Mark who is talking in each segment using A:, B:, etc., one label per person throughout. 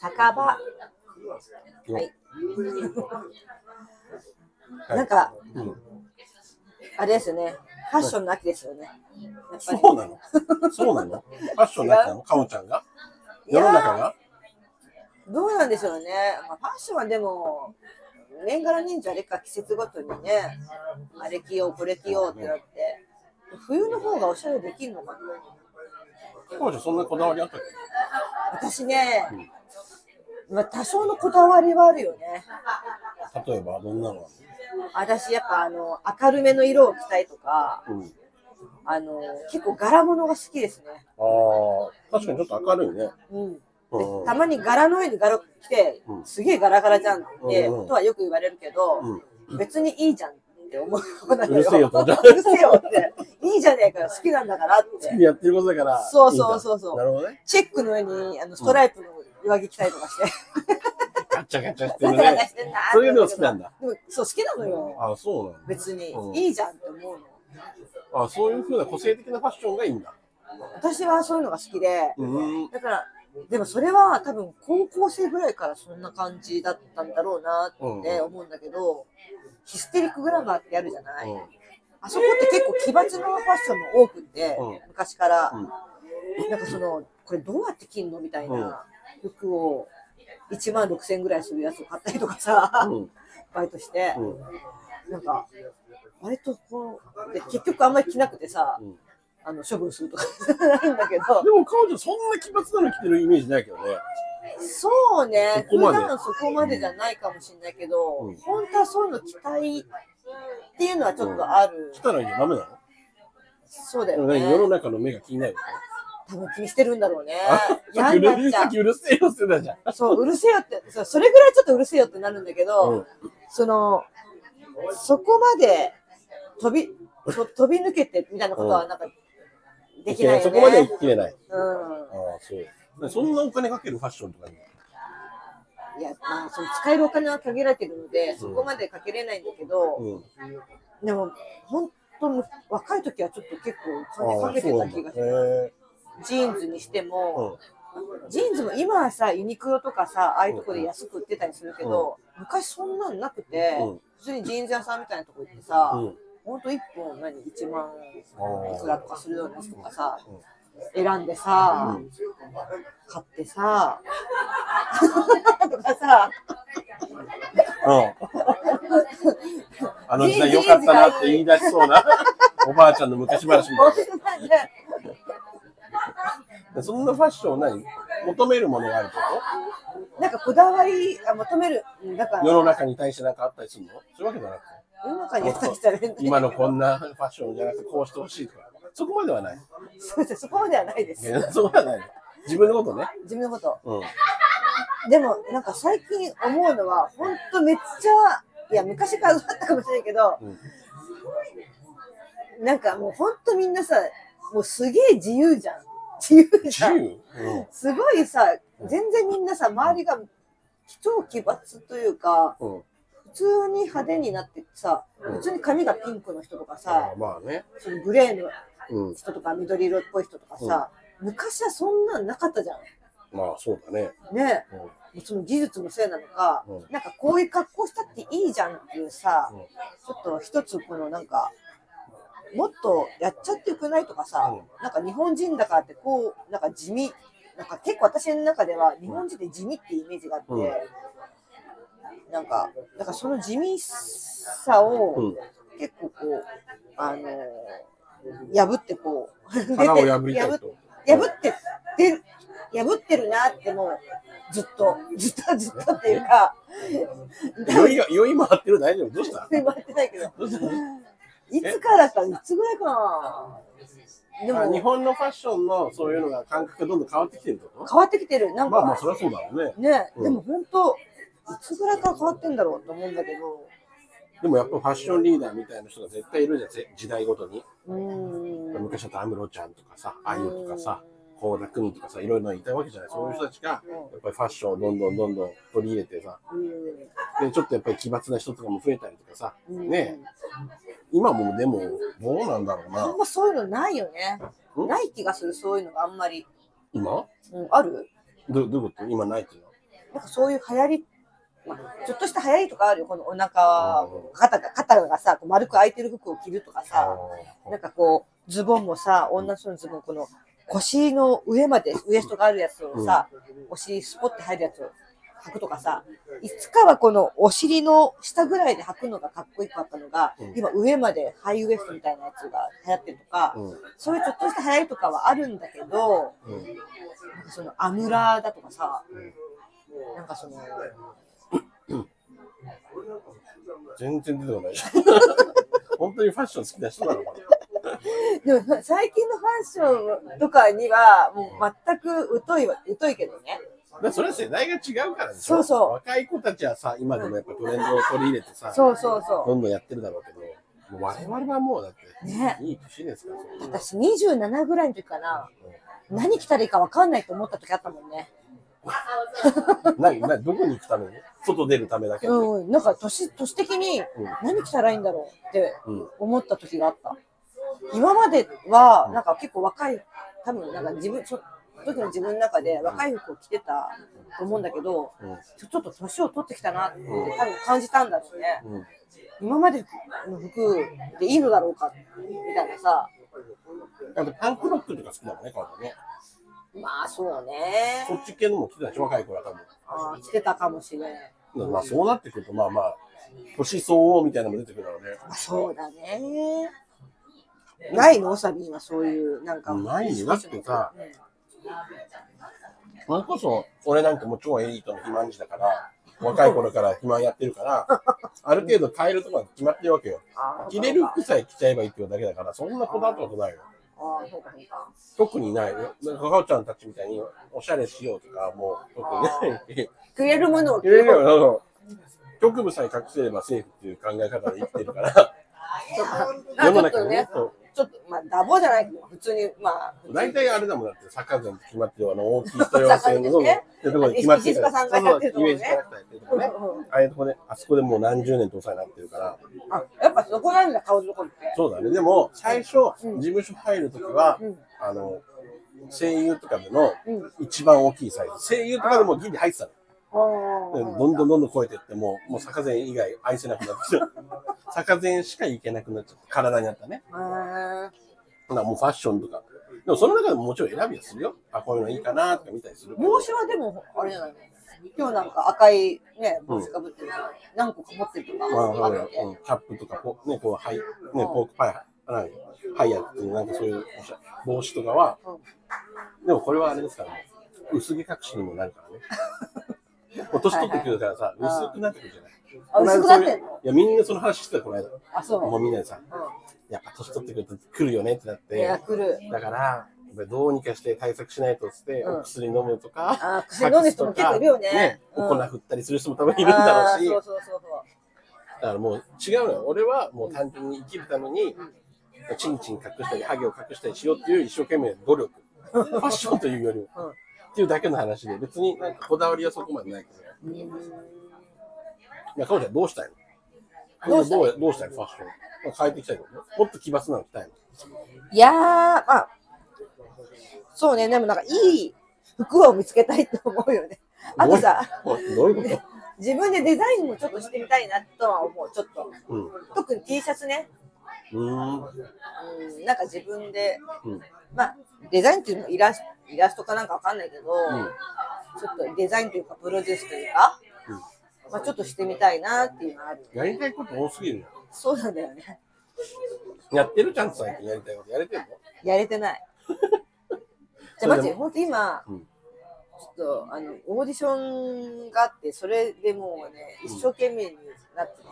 A: 酒場、は
B: お
A: い、
B: はい
A: なんか、
B: うん
A: あれですよね。ファッションの秋ですよね。やっぱり
B: そう なのそうなのファッションになったのかおちゃんが
A: いや
B: 世
A: ー
B: の中が
A: どうなんでしょうね。まあ、ファッションはでも、年がら年中あれか季節ごとにね、あれ着よう、これ着ようってなって、冬の方がおしゃれできるのかな。
B: かおちゃんそんなこだわりあったっけ
A: 私ね、まあ、多少のこだわりはあるよね。
B: 例えばどんなの
A: 私やっぱあの明るめの色を着たいとか、
B: ある、うん、
A: あの結構柄物が好きですね。
B: あー確かにちょっと明るいね、
A: うん。
B: うん、
A: たまに柄の上に柄を着て
B: う、ん
A: すげえガラガラじゃんって、
B: うんうん
A: とはよく言われるけど、
B: うん
A: 別にいいじゃんって思うようなの
B: うるせえよと
A: うるせえよって。いいじゃねえかよ、好きなんだからって。
B: やってることだから
A: そうそうそうそう
B: いいんだなるほどね
A: チェックの上にあのストライプの上着着たりとかして、
B: ガチャガチャして
A: ガ
B: る
A: タガタ
B: ね
A: してんなーって
B: そういうの好きなんだ
A: でも、そう、好きなのよ。
B: あそうなの
A: 別に
B: う。ん
A: いいじゃんって思うの。
B: あそういうふうな個性的なファッションがいいんだ
A: 私はそういうのが好きで、
B: うん
A: だから、でもそれは多分高校生ぐらいからそんな感じだったんだろうなって思うんだけど、ヒステリックグラマーってやるじゃない、あそこって結構奇抜なファッションも多くって、
B: うん
A: 昔から、
B: うん
A: なんかその、これどうやって着んのみたいな服を1万6000円ぐらいするやつを買ったりとかさ、
B: うん
A: バイトして、
B: うん
A: なんか、割とこう、で結局あんまり着なくてさ、
B: うん
A: あの処分するとか じゃないんだけど、
B: でも彼女そんな奇抜なの着てるイメージないけどね。
A: そうね、普
B: そこまで
A: 段そこまでじゃないかもしれないけど、
B: うん
A: 本当はそういうの期待っていうのはちょっとある。
B: 着たらいいじゃダメなの
A: そうだ
B: で
A: よ
B: も何世の
A: ね。
B: 中の目が気になる
A: 多分気にしてるんだろうね
B: の。 さっ
A: 嫌
B: き
A: に
B: うる
A: なっち
B: さ
A: ゃ
B: っきうるせえよって言ってたじゃん。
A: う。そう、うるせえよって、そうそれぐらいちょっとうるせえよってなるんだけど、
B: うん
A: その、そこまで飛び、と飛び抜けてみたいなことはなんかできないよね。
B: そこまでは着れない。
A: うん
B: ああ、そう。そんなお金かけるファッションとかに。
A: いや、まあ、その使えるお金は限られてるので、そこまでかけれないんだけど、
B: うん。
A: でも、本当に若い時はちょっと結構お金
B: あ
A: か
B: あ、
A: け
B: そ
A: て
B: う
A: た
B: なんだ。
A: 気が
B: へ
A: する。
B: え。
A: ジーンズにして
B: う
A: も、
B: ん。
A: ジーンズも今はさ、ユニクロとかさ、ああいうとこで安く売ってたりするけど、昔そんなんなくて、
B: うん
A: 普通にジーンズ屋さんみたいなとこ行ってさ、
B: うん。
A: ほんと1本何、1万
B: ああ
A: いくらとかするようなやつとかさ
B: うん、
A: 選んでさ、
B: うん
A: 買ってさ、 とかさ、
B: あの時代良かったなって言い出しそう な。おばあちゃんの昔話みたい
A: そんなんで
B: な。そんなファッションを何求めるものがあるってこと
A: なんかこだわりあ求める、うんだから、
B: 世
A: 世
B: の中に対して何かあったりするのそういうわけじゃなくて。
A: の中に対してはね
B: 今のこんなファッションじゃなくて、こうしてほしいとか。そこまではない。
A: そうですねそこまではないです。
B: そこまではない。自分のことね。
A: 自分のこと。
B: うん。
A: でも、なんか最近思うのは、本当めっちゃ、いや、昔からあったかもしれないけど、
B: うん
A: なんかもう本当みんなさ、もうすげえ自由じゃん。自由じ
B: 自
A: ゃん。
B: 由、うん
A: すごいさ、全然みんなさ、周りが超奇抜というか、
B: うん、
A: 普通に派手になってさ、
B: うん
A: 普通に髪がピンクの人とか
B: あ
A: さ
B: あ、まあね、
A: そのグレーの
B: うん、
A: 人とか緑色っぽい人とかさ、昔はそんなんなかったじゃん。
B: まあそうだね、
A: ね
B: うん
A: その技術のせいなのか、
B: うん
A: なんかこういう格好したっていいじゃんっていうさ、
B: うん
A: ちょっと一つこのなんか、もっとやっちゃってよくないとかさ、
B: う
A: なんか日本人だからってこう、なんか地味、なんか結構私の中では日本人って地味っていうイメージがあって、
B: うん
A: なんか、なんかその地味さを、
B: うん
A: 結構こう、あのー破ってこう、出て
B: 殻を破りたいと。
A: 破ってで破ってるなってもうずっと ずっとずっとっていうか
B: 酔いが酔い回ってる大丈夫どうした
A: 回ってないけど
B: どうした
A: いつからかいつぐらいかなで
B: まあ日
A: も
B: 本のファッションのそういうのが感覚がどんどん変わってきてるってこ
A: 変わってきてるな
B: と
A: ん
B: まあま
A: か
B: あそりゃそうだろうね
A: ね
B: うん
A: でも本当いつぐらいから変わってんだろうと思うんだけど
B: でもやっぱファッションリーダーみたいな人が絶対いるじゃんぜ時代ごとに
A: うーん
B: 昔だと安室ちゃんとかさあゆとかさ倖田來未とかさいろいろいたわけじゃないそういう人たちがやっぱりファッションをどんどんどんどん取り入れてさ
A: う
B: でちょっとやっぱり奇抜な人とかも増えたりとかさ
A: ん
B: ね今もでもどうなんだろう
A: あ
B: なん
A: まそういうのないよね
B: ん
A: ない気がするそういうのがあんまり
B: 今
A: うんある
B: どどういうこと今ないっていうの
A: なんかそういう流行り、まあ、ちょっとした流行りとかあるよ、このお腹、肩が、肩がさ、こう丸く開いてる服を着るとかさ、なんかこう、ズボンもさ、女の人のズボン、この腰の上まで、ウエストがあるやつをさ、お尻スポッて入るやつを履くとかさ、いつかはこのお尻の下ぐらいで履くのがかっこよかったのが、
B: うん
A: 今上までハイウエストみたいなやつが流行ってるとか、
B: うん
A: そういうちょっとした流行りとかはあるんだけど、
B: うん
A: なんかそのアムラーだとかさ、
B: ん
A: なんかその、
B: 全然出てこ ない。本当にファッション好きな人なのか
A: でも最近のファッションとかにはもう全く疎いわ、疎いけどね。
B: な。でそれは世代が違うからでしょ
A: そうそう
B: 若い子たちはさ、今でもやっぱトレンドを取り入れてさ、
A: そうそうそ
B: どんどんやってるだろうけど、もう我々はもうだって、
A: う。ね。
B: いい年ですから、そんな
A: 私27ぐらいの時かな、何着たらいいか分かんないと思った時あったもんね。
B: 何などこに行くために外出るためだけで、
A: うん、なんか年年的に何着たらいいんだろうって
B: うん
A: 思った時があった。今まではなんか結構若い、多分なんか自分その時の自分の中で若い服を着てたと思うんだけど、
B: うん
A: ちょちょっと年を取ってきたなって多分感じたんだろうね。
B: うん
A: 今までの服でいいのだろうかみたいなさ、
B: あとパンクロックとか好きだもんね、彼女ね。
A: まあそうね
B: そ。っち系のも着てたでしょ、若い子は多分。
A: あー着てたかもしれない。
B: まあそうなってくると、まあまあ、年相応みたいなのも出てくるだろうね。
A: あそうだね。ないのおさびにはそういうなんか。
B: ないよだってさ
A: うん
B: それこそ、俺なんかもう超エリートの肥満児だから、若い頃から肥満やってるから、ある程度買えるとこは決まってるわけよ。
A: あー
B: 着れる服さえ着ちゃえばいいってことだけだから、そんなこだわったことないよ。
A: ああ、そうか、そうか。
B: 特にないよ。なんかかおちゃんたちみたいにおしゃれしようとか、もう特に ない。
A: くれるものを
B: 着れるよ、 あの、局部さえ隠せればセーフっていう考え方で生きてる から、
A: あ
B: 世
A: ち
B: の
A: ょっ
B: 中
A: と
B: に
A: ね
B: ね、、そう
A: ちょっと、まあ、ダボじゃないけど、普通に、まあ、普通に
B: 大体あれだもんだって、サッカー決まってるあの大きい人用性の、そう
A: ね
B: そういうところで決まってるから、
A: 石塚さんがやってるとこね
B: そうそうイメージキャラクターやってるとこね。
A: うんうん
B: ああいうとこね、あそこでもう何十年とお世話になってるから、
A: あ、やっぱそこなんだ、顔のとこって。
B: そうだね。でも、最初、事務所入るときは、
A: うん
B: あの、声優とかでの
A: うん
B: 一番大きいサイズ。声優とかでもギリ入ってたの。でど
A: あ
B: んどんどんどん超えてって、もう、もう坂前以外愛せなくなってきた。 坂前しか行けなくなっちゃって、体にあったね。
A: あ。あ
B: だからもうファッションとか。でも、その中でももちろん選びはするよ。あ、こういうのいいかなとか見たりするけど。
A: 帽子はでも、あれじゃない今日なんか赤いね、帽子かぶってるから、何個か持ってるとか、
B: まあ、わかる
A: あっ
B: よ
A: て。
B: うん、キャップとかこう、ね、こう、はい、ね、ポークパイ、はい、ハイヤーっていう、なんかそういうおしゃ帽子とかは、でもこれはあれですからね、薄毛隠しにもなるからね。もう年取ってくるからさ、
A: いはい
B: 薄くなってくるじゃない。
A: あ薄くなってんの
B: こ間そういういや、みんなその話してた、この間。
A: あ、そう。
B: もうみんなでさ、
A: う
B: やっぱ年取ってくると来るよねってなっ
A: ん。いや、
B: て、
A: 来る。
B: だから、やっぱりどうにかして対策しないとっつって、
A: うん
B: お薬飲むとか、
A: あ薬飲む人も結構いるよねうん
B: お粉振ったりする人も多分いるんだろうし、
A: あーそうそうそうそう。
B: だからもう違うのよ。俺はもう単純に生きるために、チンチン隠したり、ハゲを隠したりしようっていう一生懸命の努力。ファッションというよりも。
A: うん
B: っていうだけの話で、別になんかこだわりはそこまでないけど。いや、かおちゃんどうしたいの
A: どうしたい
B: どうどうしたいのファッション。まあ変えていきたいのもっと奇抜なの着たい
A: いやー、まあ、そうね、でもなんかいい服を見つけたいと思うよね。
B: の
A: あとさ、。
B: どういうどういうこ
A: 自分でデザインもちょっとしてみたいなとは思う、ちょっと。
B: とうん。う
A: 特に T シャツね、
B: ーん。
A: うん、なんか自分で、
B: うん
A: まあ、デザインっていうのもイラスイラストかなんかわかんないけど、
B: ん
A: ちょっとデザインというかプロデュースというか、まあ、ちょっとしてみたいなっていうのはある。
B: やりたいこと多すぎるよ。
A: そうなんだよね。
B: やってるちゃんと最近やりたいことやれてるの
A: やれて ない。じ
B: そ
A: ゃ
B: れ
A: あマ
B: でも
A: ジで本当今、
B: うん
A: ちょっとあのオーディションがあってそれでもうね一生懸命になってて、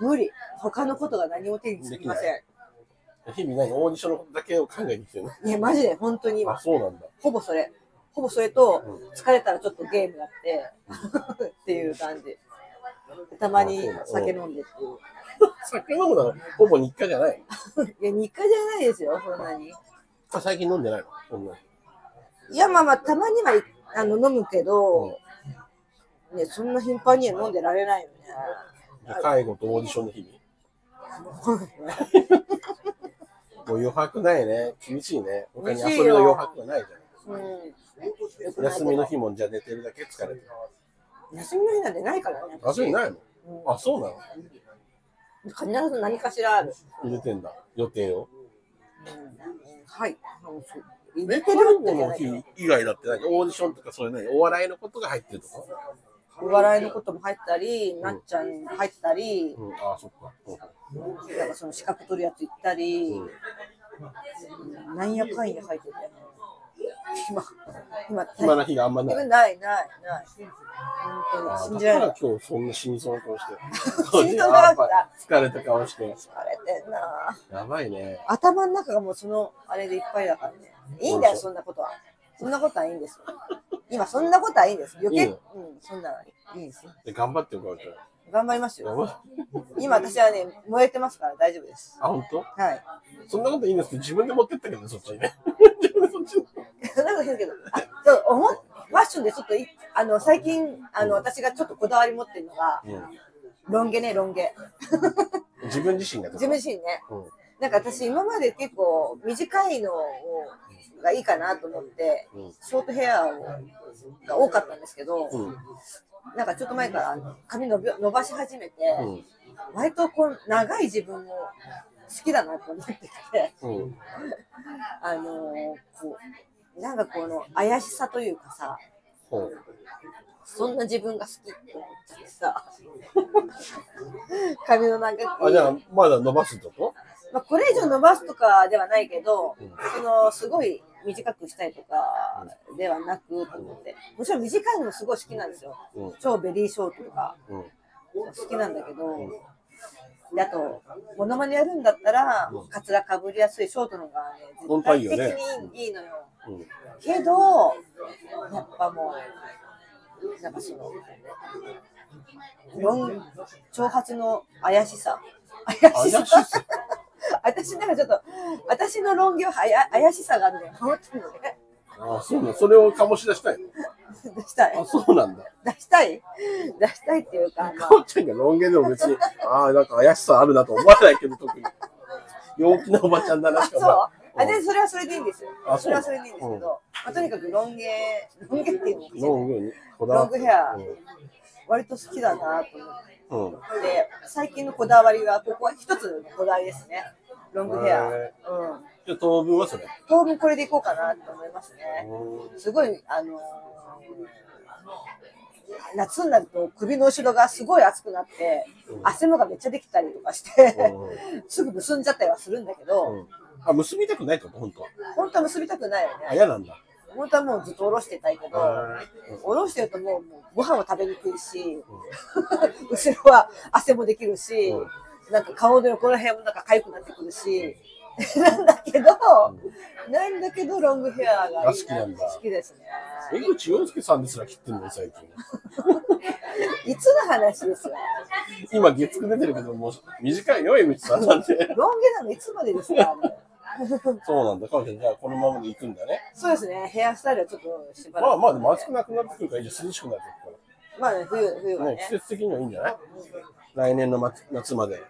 A: 無理他のことが何も手につきません
B: うん。日々何オーディションのことだけを考えてきてるの
A: いやマジで本当に
B: あ、
A: 今
B: そうなんだ。
A: ほぼそれほぼそれと
B: う
A: 疲れたらちょっとゲームやってっていう感じたまに酒飲んでっていう
B: 酒飲むのはほぼ日課じゃない。
A: いや日課じゃないですよそんなに
B: あ最近飲んでないのそんなに。
A: いやまあまあたまにはいあの飲むけど、ね、そんな頻繁には飲んでられないよね
B: じゃあ介護とオーディションの日 々。もう余白ないね。厳しいね。他に遊びの余白がないじゃん。
A: うん、
B: 休みの日もじゃあ寝てるだけ疲れてる。
A: 休みの日なんてないからね。
B: 休み
A: い、
B: ないの
A: うん
B: あ、そうなの
A: 必ず何かしらある。
B: 入れてんだ。予定を。
A: うん、はい。うんそう入れてるんだじゃないけど
B: の日以外だってないオーディションとかそういうね、お笑いのことが入ってるとか。
A: お笑いのことも入ったり、なっちゃん入ったり、
B: うん、あ、そっか。
A: なんかその資格取るやつ行ったり、
B: うん。うん
A: なんやかんや入ってて。今、今、
B: 暇な日があんまない。
A: ないないない。本当に信じられ
B: だ
A: な
B: か
A: い。。
B: ら今日そんな死にそうな顔して
A: 死にそうなわけだ
B: 疲れた顔して。
A: 疲れてんな。
B: やばいね。
A: 頭の中がもうそのあれでいっぱいだからね。いいんだよ、
B: そ
A: そ
B: うそう
A: んなことは。そんなことはいいんですよ。今、そんなことはいいんです。余計、
B: いい
A: うん
B: の、
A: そんなのいいですよ。
B: で頑張ってよ、かおちゃん。
A: 頑張ります
B: や
A: よ。
B: ばい。
A: 今、私はね、燃えてますから大丈夫です。
B: あ、本当？
A: はい。
B: そんなこといいんですけど、自分で持ってったけどね、そっちにね。自分でそっちに。
A: なんか変だけど、あ、そう、思っファッションでちょっとい、あの、最近、あの、私がちょっとこだわり持ってるのが、ロン毛ね、ロン毛。
B: うん自分自身が
A: 自分自身ね。
B: うん。
A: なんか私今まで結構短いのをがいいかなと思って
B: うん
A: ショートヘアをが多かったんですけど、
B: うん。
A: なんかちょっと前から髪伸び伸ばし始めて、
B: うん。
A: 割とこう長い自分も好きだなと思ってきて、
B: うん。
A: あのーこうなんかこの怪しさというかさ
B: ほ
A: そんな自分が好きって思っちゃってさ髪の長
B: う。あ、
A: く
B: じゃあ、まだ伸ばすってこ
A: まあ、これ以上伸ばすとかではないけど、
B: うん
A: そのすごい短くしたいとかではなくと思って、もちろん短いのもすごい好きなんですよ。
B: とうん。
A: 超ベリーショートとか
B: うん。
A: 好きなんだけど、であと、モノマネやるんだったら、カツラかぶりやすいショートの方がね、
B: 本
A: 絶
B: 当
A: 対
B: はいいよ
A: 的
B: ね
A: にいいのよ。
B: うん。
A: けど、やっぱもう、なんかその、ロン、長髪の怪しさ。怪
B: 怪
A: し
B: し
A: さ。
B: さ。
A: 私なんかちょっと、私の論議ははや怪しさがあるね、思ってるのね。
B: あ、そうなん。それを醸し出したい。
A: 出したい
B: あ、そうなんだ。
A: 出したい出したいっていうか、ま
B: かおちゃんがロン毛でも別に、ああ、なんか怪しさあるなと思わないけど、特に。陽気なおばちゃんだ
A: あ、
B: な
A: あ
B: しか
A: そう
B: 思わ
A: あでそれはそれでいいんですよ。
B: あ
A: それはそれでいいんですけど、
B: そう
A: まあ、とにかくロン毛、ロン毛っていうの
B: ないロン
A: も
B: グにこだわっ
A: ロ
B: て。
A: ングヘア割と好きだなと思っ
B: うん。うん。
A: て、最近のこだわりは、ここは一つのこだわりですね。ロングヘア。うん
B: へ。じゃあ当分はそれ。
A: 当分これでいこうかなと思いますね。
B: う
A: すごい、あのー夏になると首の後ろがすごい熱くなって、
B: うん
A: 汗もがめっちゃできたりとかして、
B: ん。うん
A: すぐ結んじゃったりはするんだけど、
B: うんあ、結びたくないってこと本当は。
A: 本当は結びたくないよ
B: あ、
A: ね。
B: 嫌なんだ。
A: 本当はもうずっと下ろしてたいけど、下ろしてるともうもうご飯を食べにくいし、 後ろは汗もできるし、
B: うん
A: なんか顔の横ら辺もなんか痒くなってくるし、なんだけど、なんだけどロングヘアがいいな
B: が好きなんだ
A: 好きですね。
B: 江口洋介さんですら切ってんのよ最近。
A: いつの話ですよ。
B: 今、月9出てるけど、もう短いよ、江口さんなんて。
A: ロン毛なのいつまでですか、ね、
B: そうなんだ。かおちゃん、じゃあこのままで行くんだね。
A: そうですね、ヘアスタイルはちょっとしばらく。
B: まあまあ、でも暑くなくなってくるから、いいじゃん涼しくなってくるか
A: まあね、冬、冬は
B: ら。ね
A: ね。、
B: 季節的にはいいんじゃない来年の夏夏まで。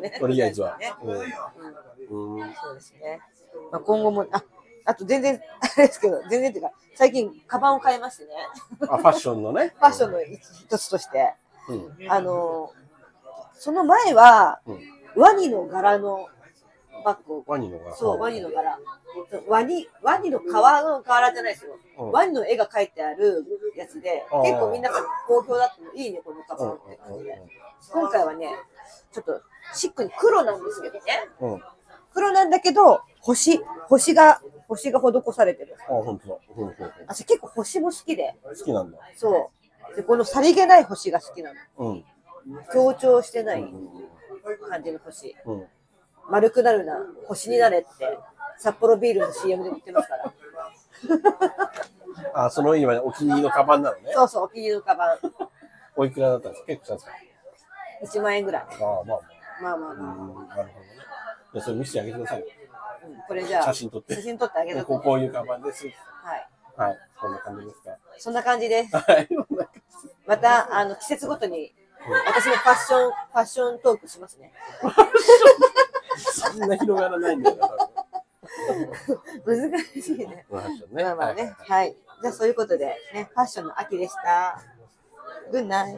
A: ね
B: とりあえずは
A: ね。
B: うん。うん
A: そうですね。まあ、今後も、あ、あと全然、あれですけど、全然っていうか、最近、カバンを買いましてね、
B: あ、ファッションのね。
A: ファッションの一一つとして、
B: うん。
A: あのー、その前は、
B: うん。
A: ワニの柄のバッグを、
B: ワニのが。
A: そう、ワニの柄。ワニ、ワニの革の柄じゃないですよ。
B: うん
A: ワニの絵が描いてあるやつで、
B: うん
A: 結構みんなが好評だったの、いいね、このカ
B: う
A: バ
B: ん
A: ンって感じで。今回はね、ちょっとシックに黒なんですけどね。
B: うん。うん。あ、
A: 黒なんだけど、星、星が、星が施されてる。
B: 本当だ。うんうんうん好
A: 私結構星も好きで、
B: きなんだ。
A: そう。で、このさりげない星が好きなの。
B: うん。
A: 強調してない
B: うん
A: 感じの星。
B: うん。
A: 丸くなるな、星になれって、札幌ビールの CM で売ってますから。
B: あ、その今、お気に入りのカバンなのね。
A: そうそう、お気に入りのカバン。
B: おいくらだったんですか結構したんですか
A: 1万円ぐらい。
B: ああ、ま
A: まあ
B: あ
A: まあ
B: まあ。
A: ま
B: うん、なるほどね。じゃあそれ見せてあげてください。
A: あ。うんこれじゃあ、
B: 写真撮って
A: 写真撮ってあげた
B: こうこういうカバンです。
A: はい。
B: はい。こんな感じですか
A: そんな感じです。
B: はい。こんな感じ
A: また、あの、季節ごとに、私のファッション、ファッショントークしますね。
B: そんな広がらないんだよな。
A: 難しいね。
B: 多分ファッションね。
A: まあまあ
B: はい
A: ね。はい。じゃあ、そういうことで、ね、ファッションの秋でした。グッナイ。